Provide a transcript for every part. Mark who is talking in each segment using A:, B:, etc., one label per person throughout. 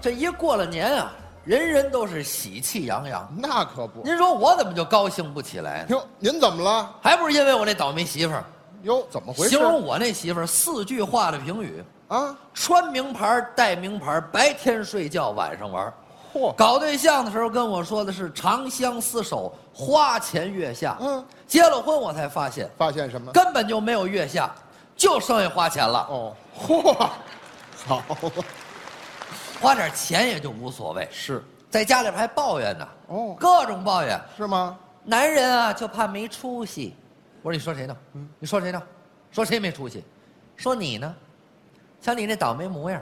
A: 这一过了年啊，人人都是喜气洋洋。
B: 那可不。
A: 您说我怎么就高兴不起来呢？
B: 哟，您怎么了？
A: 还不是因为我那倒霉媳妇儿。
B: 哟，怎么回事
A: 形？容我那媳妇儿四句话的评语：
B: 啊，
A: 穿名牌儿，戴名牌儿，白天睡觉，晚上玩儿。
B: 嚯，
A: 搞对象的时候跟我说的是长相厮守，花前月下。
B: 嗯，
A: 结了婚我才发现，
B: 发现什么？
A: 根本就没有月下，就剩下花钱了。
B: 哦，嚯，好啊
A: 花点钱也就无所谓，
B: 是
A: 在家里边还抱怨呢。
B: 哦
A: 各种抱怨。
B: 是吗？
A: 男人啊，就怕没出息。嗯我说你说谁呢？你说谁呢？说谁没出息？说你呢？瞧你那倒霉模样，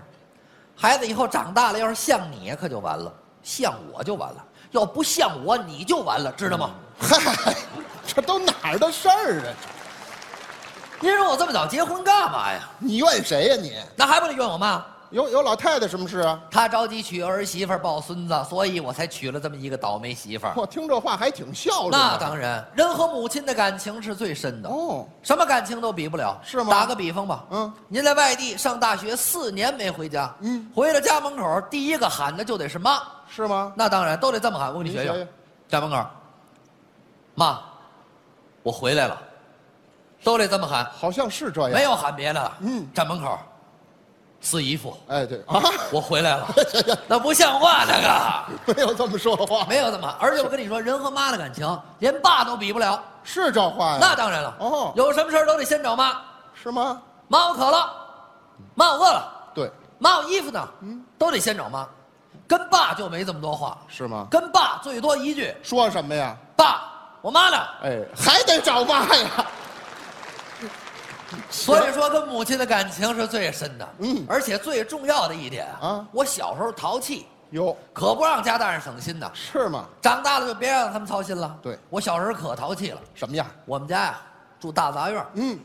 A: 孩子以后长大了要是像你可就完了，像我就完了，要不像我你就完了，知道吗？
B: 嗨，这都哪儿的事儿啊？
A: 您说我这么早结婚干嘛呀？
B: 你怨谁呀、你？
A: 那还不得怨我妈？
B: 有有老太太什么事啊？
A: 她着急娶儿媳妇儿抱孙子，所以我才娶了这么一个倒霉媳妇儿。
B: 我听这话还挺孝顺的。啊
A: 那当然，人和母亲的感情是最深的。
B: 哦，
A: 什么感情都比不了，
B: 是吗
A: 打个比方吧，
B: 嗯，
A: 您在外地上大学四年没回家，
B: 嗯，
A: 回到家门口第一个喊的就得是妈，
B: 是吗？
A: 那当然都得这么喊。我给你
B: 您
A: 学
B: 学
A: 学
B: 学，
A: 家门口，妈，我回来了，都得这么喊，
B: 好像是这样。
A: 没。有喊别的了。
B: 哎嗯
A: 站门口，四姨夫，
B: 哎，对啊，
A: 我回来 了，
B: 哎
A: 那不像话，那个
B: 没有这么说话。
A: 没有这么喊。而且我跟你说，人和妈的感情连爸都比不了，
B: 是这话呀？
A: 那当然了，
B: 哦
A: 有什么事儿都得先找妈。
B: 是吗？
A: 妈，我渴了，妈，我饿了，
B: 对，
A: 妈，我衣服呢？
B: 嗯
A: 都得先找妈，跟爸就没这么多话，
B: 是吗？
A: 跟爸最多一句
B: 说什么呀？
A: 爸，我妈呢？
B: 哎，还得找妈呀。
A: 所以说，跟母亲的感情是最深的。
B: 嗯
A: 而且最重要的一点啊
B: 啊，
A: 我小时候淘气，
B: 有
A: 可不让家大人省心呐。
B: 是吗？
A: 长大了就别让他们操心了。
B: 对
A: 我小时候可淘气了。
B: 什么呀？
A: 我们家呀住大杂院，
B: 嗯，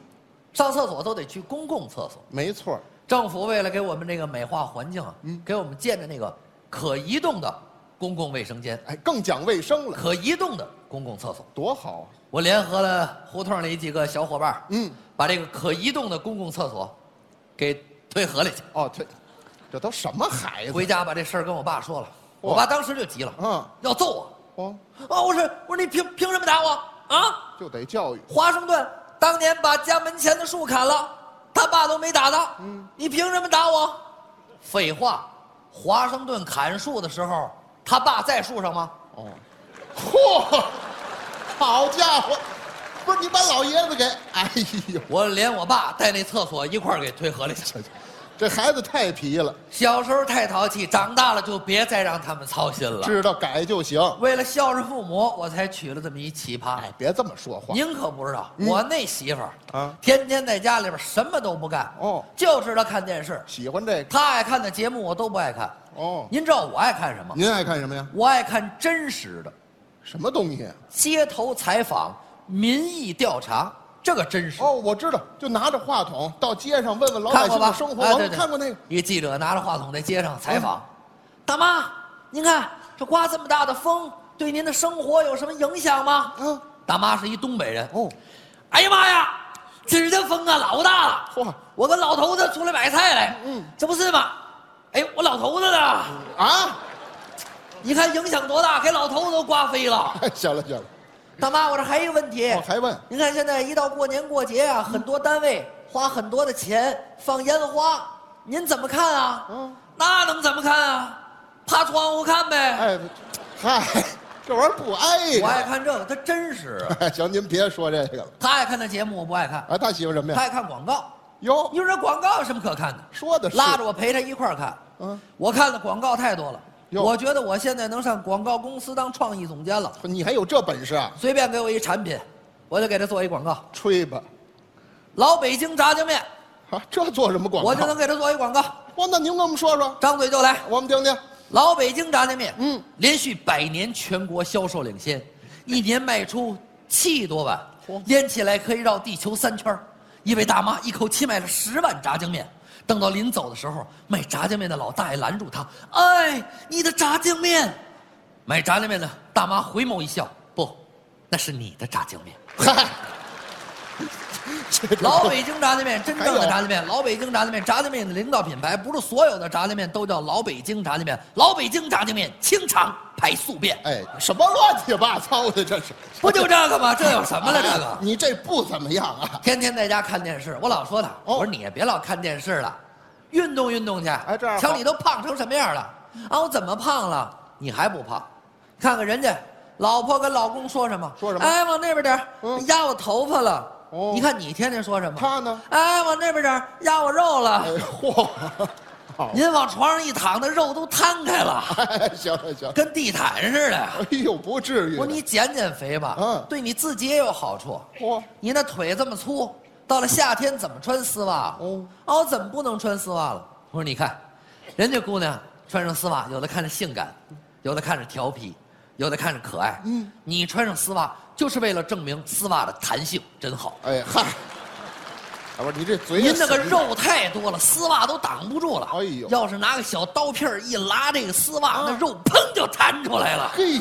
A: 上厕所都得去公共厕所。
B: 没错儿。
A: 政府为了给我们这个美化环境啊，给我们建的那个可移动的公共卫生间、
B: 哎，更讲卫生了，
A: 可移动的公共厕所。
B: 多好啊！
A: 我联合了胡同里几个小伙伴，
B: 嗯，
A: 把这个可移动的公共厕所给推河里去。
B: 哦，对，这都什么孩子？
A: 回家把这事儿跟我爸说了，
B: 嚯
A: 我爸当时就急了，
B: 嗯，
A: 要揍我。
B: 哦，
A: 啊，我说我说你凭凭什么打我啊？
B: 就得教育。
A: 华盛顿当年把家门前的树砍了，他爸都没打他，你凭什么打我？废话，华盛顿砍树的时候，他爸在树上吗？
B: 哦，嚯，好家伙，不是你把老爷子给，哎呦，
A: 我连我爸带那厕所一块儿给推河里去。
B: 这这孩子太皮了，
A: 小时候太淘气，长大了就别再让他们操心了。
B: 知道改就行。
A: 为了孝顺父母，我才娶了这么一奇葩。
B: 哎，别这么说话。
A: 您可不知道，我那媳妇儿
B: 啊
A: 天天在家里边什么都不干，
B: 哦
A: 就知道看电视。
B: 喜欢这个？
A: 她爱看的节目我都不爱看。
B: 哦，
A: 您知道我爱看什么？
B: 您爱看什么呀？
A: 我爱看真实的
B: 什么东西啊？
A: 街头采访、民意调查，这个真实。
B: 哦，我知道，就拿着话筒到街上问问老百
A: 看过
B: 姓
A: 吧？
B: 的生活。
A: 啊
B: 我
A: 对对
B: 看过那个。
A: 一记者拿着话筒在街上采访，大妈，您看这刮这么大的风，对您的生活有什么影响吗？
B: 嗯，
A: 大妈是一东北人。
B: 哦，
A: 哎呀妈呀，今儿这风啊老大了！
B: 嚯
A: 我跟老头子出来买菜来，嗯
B: 嗯，
A: 这不是吗？哎，我老头子呢？
B: 啊，
A: 你看影响多大，给老头子都刮飞了。
B: 哎，行了行了，
A: 大妈，我这还有一个问题，
B: 我还问，
A: 您看现在一到过年过节啊，很多单位花很多的钱放烟花，您怎么看啊？
B: 嗯
A: 那能怎么看啊？趴窗户看呗。
B: 哎，嗨，这玩意儿不挨
A: 我
B: 着。
A: 爱看这个，他真实。
B: 哎，行，您别说这个了。
A: 他爱看的节目我不爱看，
B: 啊，他喜欢什么
A: 他
B: 呀？
A: 爱看广告。
B: 哟，
A: 你说这广告有什么可看的？
B: 说呃的是
A: 拉着我陪他一块儿看。
B: 嗯，
A: 我看的广告太多了，
B: 哟
A: 我觉得我现在能上广告公司当创意总监了。
B: 你还有这本事啊？
A: 随便给我一产品，我就给他做一广告。
B: 吹吧，
A: 老北京炸酱面，
B: 啊，这做什么广告？
A: 我就能给他做一广告，
B: 哇，那您跟我们说说，
A: 张嘴就来。
B: 我们听听。
A: 老北京炸酱面，嗯
B: 嗯，
A: 连续百年全国销售领先，一年卖出七亿多碗
B: 嚯，
A: 连起来可以绕地球三圈儿一位大妈一口气卖了十碗炸酱面，等到临走的时候，卖炸酱面的老大爷拦住她：“哎，你的炸酱面！”买炸酱面的大妈回眸一笑：“不，那是你的炸酱面。
B: 嗨，这个
A: 老北京炸酱面，真正
B: 还
A: 的
B: 有
A: 炸酱面，老北京炸酱面，炸酱面的领导品牌，不是所有的炸酱面都叫老北京炸酱面。老北京炸酱面清肠排宿便，
B: 哎，什么乱七八糟的这是？
A: 不就这个吗？这有什么了？这
B: 哎
A: 个
B: 你这不怎么样啊？
A: 天天在家看电视，我老说他，
B: 哦
A: 我说你也别老看电视了，运动运动去。哎
B: 这样好
A: 瞧你都胖成什么样了？啊，我怎么胖了？你还不胖？看看人家，老婆跟老公说什么？
B: 说什么
A: 哎，往那边点儿
B: 嗯
A: 压我头发了。
B: 哦
A: 你看你天天说什么？
B: 他呢？
A: 哎，往那边点儿压我肉了。
B: 哎，嚯，好，
A: 您往床上一躺，那肉都摊开了，
B: 哎，行了行了，
A: 跟地毯似的。
B: 哎呦，不至于的。
A: 我说你减减肥吧，
B: 嗯
A: 对你自己也有好处。
B: 嚯，
A: 你那腿这么粗，到了夏天怎么穿丝袜？
B: 哦
A: 哦，哦，怎么不能穿丝袜了？我说你看，人家姑娘穿上丝袜，有的看着性感，有的看着调皮，有的看着可爱。
B: 嗯
A: 嗯，你穿上丝袜就是为了证明丝袜的弹性真好。
B: 哎嗨，啊不是你这嘴，
A: 您那个，肉太多了，丝袜都挡不住了。
B: 哎呦啊
A: 要是拿个小刀片儿一拉这个丝袜，那肉砰就弹出来了。
B: 嘿，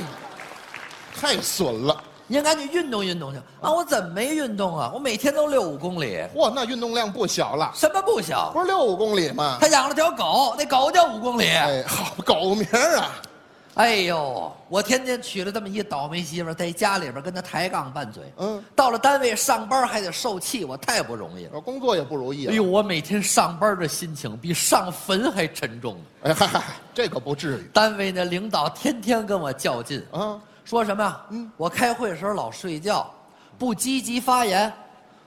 B: 太损了。
A: 您赶紧运动运动去啊！我怎么没运动啊？我每天都遛五公里，
B: 嚯，那运动量不小了，
A: 什么不小？
B: 不是六公里吗？
A: 他养了条狗，那狗叫五公里。
B: 哎，好狗名儿啊！
A: 哎呦，我天天娶了这么一倒霉媳妇儿，在家里边跟她抬杠拌嘴。
B: 嗯
A: 嗯，到了单位上班还得受气，我太不容易了。
B: 我工作也不如意
A: 哎
B: 啊。
A: 呦，我每天上班的心情比上坟还沉重呢。
B: 哎嗨嗨，这可不至于
A: 单位的领导天天跟我较劲，
B: 啊！
A: 说什么呀？
B: 嗯
A: 我开会的时候老睡觉，不积极发言。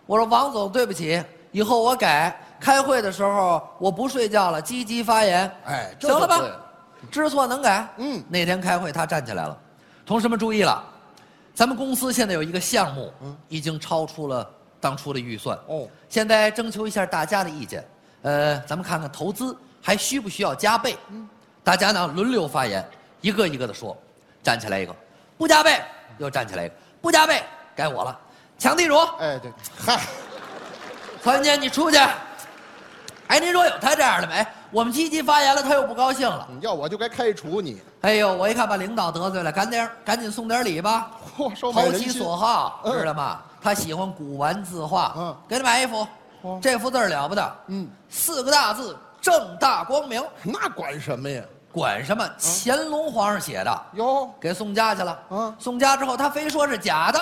A: 我说王总，对不起，以后我改。开会的时候我不睡觉了，积极发言。
B: 哎这
A: 行了吧
B: 就对了？
A: 知错能改。
B: 嗯
A: 那天开会他站起来了，同事们注意了，咱们公司现在有一个项目，
B: 嗯
A: 已经超出了当初的预算。
B: 哦，
A: 现在征求一下大家的意见，呃，咱们看看投资还需不需要加倍？
B: 嗯
A: 大家呢轮流发言，一个一个的说，站起来一个，不加倍，又站起来一个，不加倍，该我了，抢地主，
B: 哎对，嗨，
A: 团结你出去。哎，您说有他这样的没？我们积极发言了，他又不高兴了。
B: 你要我就该开除你。
A: 哎呦，我一看把领导得罪了，赶点赶紧送点礼吧。
B: 嚯，收买
A: 投
B: 人
A: 其
B: 心。
A: 所好，
B: 嗯
A: 知道吗？他喜欢古玩字画，
B: 嗯
A: 给他买一幅
B: 哦，
A: 这幅字儿了不得，
B: 嗯，
A: 四个大字正大光明，
B: 那管什么呀？
A: 管什
B: 嗯
A: 么？乾隆皇上写的，
B: 哟，
A: 给送家去了。
B: 嗯
A: 送家之后他非说是假的，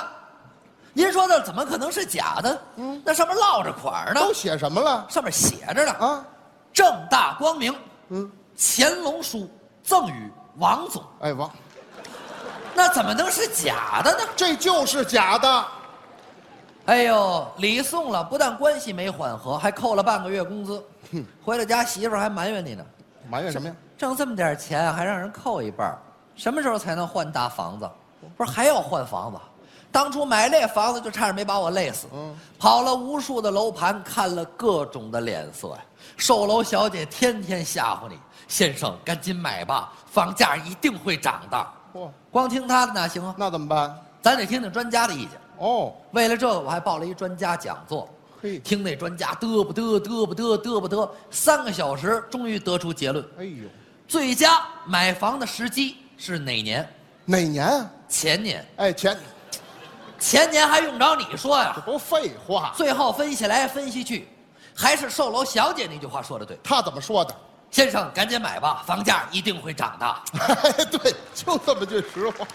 A: 您说这怎么可能是假的？
B: 嗯
A: 那上面落着款儿呢，
B: 都写什么了
A: 上面写着呢，
B: 啊？
A: 正大光明，
B: 嗯，
A: 乾隆书赠与王总，
B: 哎王，
A: 那怎么能是假的呢？
B: 这就是假的。
A: 哎呦，礼送了，不但关系没缓和，还扣了半个月工资。回了家，媳妇儿还埋怨你呢，
B: 埋怨什么呀？
A: 挣这么点钱啊还让人扣一半儿，什么时候才能换大房子？不是还要换房子？当初买这房子就差点没把我累死。
B: 嗯
A: 跑了无数的楼盘，看了各种的脸色呀。售楼小姐天天吓唬你，先生赶紧买吧，房价一定会涨的。
B: 嚯，
A: 光听她的哪行啊？
B: 那怎么办？
A: 咱得听听专家的意见。
B: 哦，
A: 为了这个，我还报了一专家讲座。
B: 嘿，
A: 听那专家嘚不嘚嘚不嘚嘚不嘚，三个小时终于得出结论：
B: 哎呦，
A: 最佳买房的时机是哪年？
B: 哪年啊？
A: 前年，
B: 哎，前
A: 前年还用着你说
B: 这
A: 呀？
B: 不废话，
A: 最后分析来分析去，还是售楼小姐那句话说的对：
B: 他怎么说的？
A: 先生赶紧买吧，房价一定会涨的。
B: 哎，对，就这么句实话。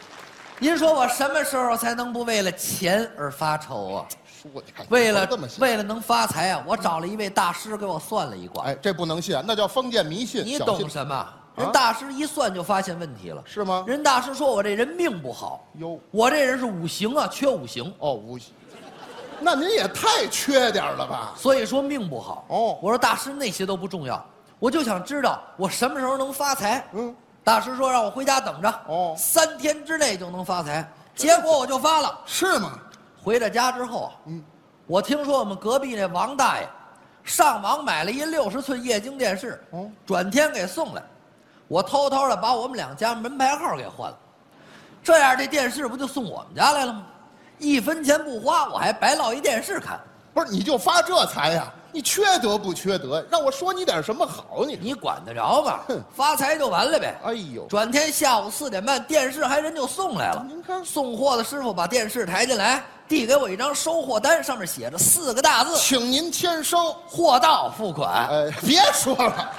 A: 您说我什么时候才能不为了钱而发愁啊？
B: 说的，哎
A: 为了
B: 这么信，
A: 为了能发财啊，我找了一位大师给我算了一卦。
B: 哎，这不能信，那叫封建迷信。
A: 你
B: 小
A: 懂
B: 信
A: 什么？人大师一算就发现问题了。
B: 是吗？
A: 人大师说我这人命不好，
B: 哟，
A: 我这人是五行啊，缺五行，
B: 哦，无，那您也太缺点儿了吧？
A: 所以说命不好。
B: 哦
A: 我说大师那些都不重要，我就想知道我什么时候能发财。
B: 嗯，
A: 大师说让我回家等着，
B: 哦
A: 三天之内就能发财。结果我就发了。
B: 是吗？
A: 回到家之后啊，
B: 嗯
A: 我听说我们隔壁那王大爷，上网买了一六十寸液晶电视，
B: 哦
A: 转天给送来，我偷偷的把我们两家门牌号给换了，这样这电视不就送我们家来了吗？一分钱不花，我还白落一电视看，
B: 不是，你就发这财呀、你缺德不缺德？让我说你点什么好你？
A: 你管得着吗
B: 哼？
A: 发财就完了呗。
B: 哎呦，
A: 转天下午四点半，电视还人就送来了。
B: 您看
A: 送货的师傅把电视抬进来，递给我一张收货单，上面写着四个大字
B: 请您签收。哎
A: “货到付款
B: 哎，别说了，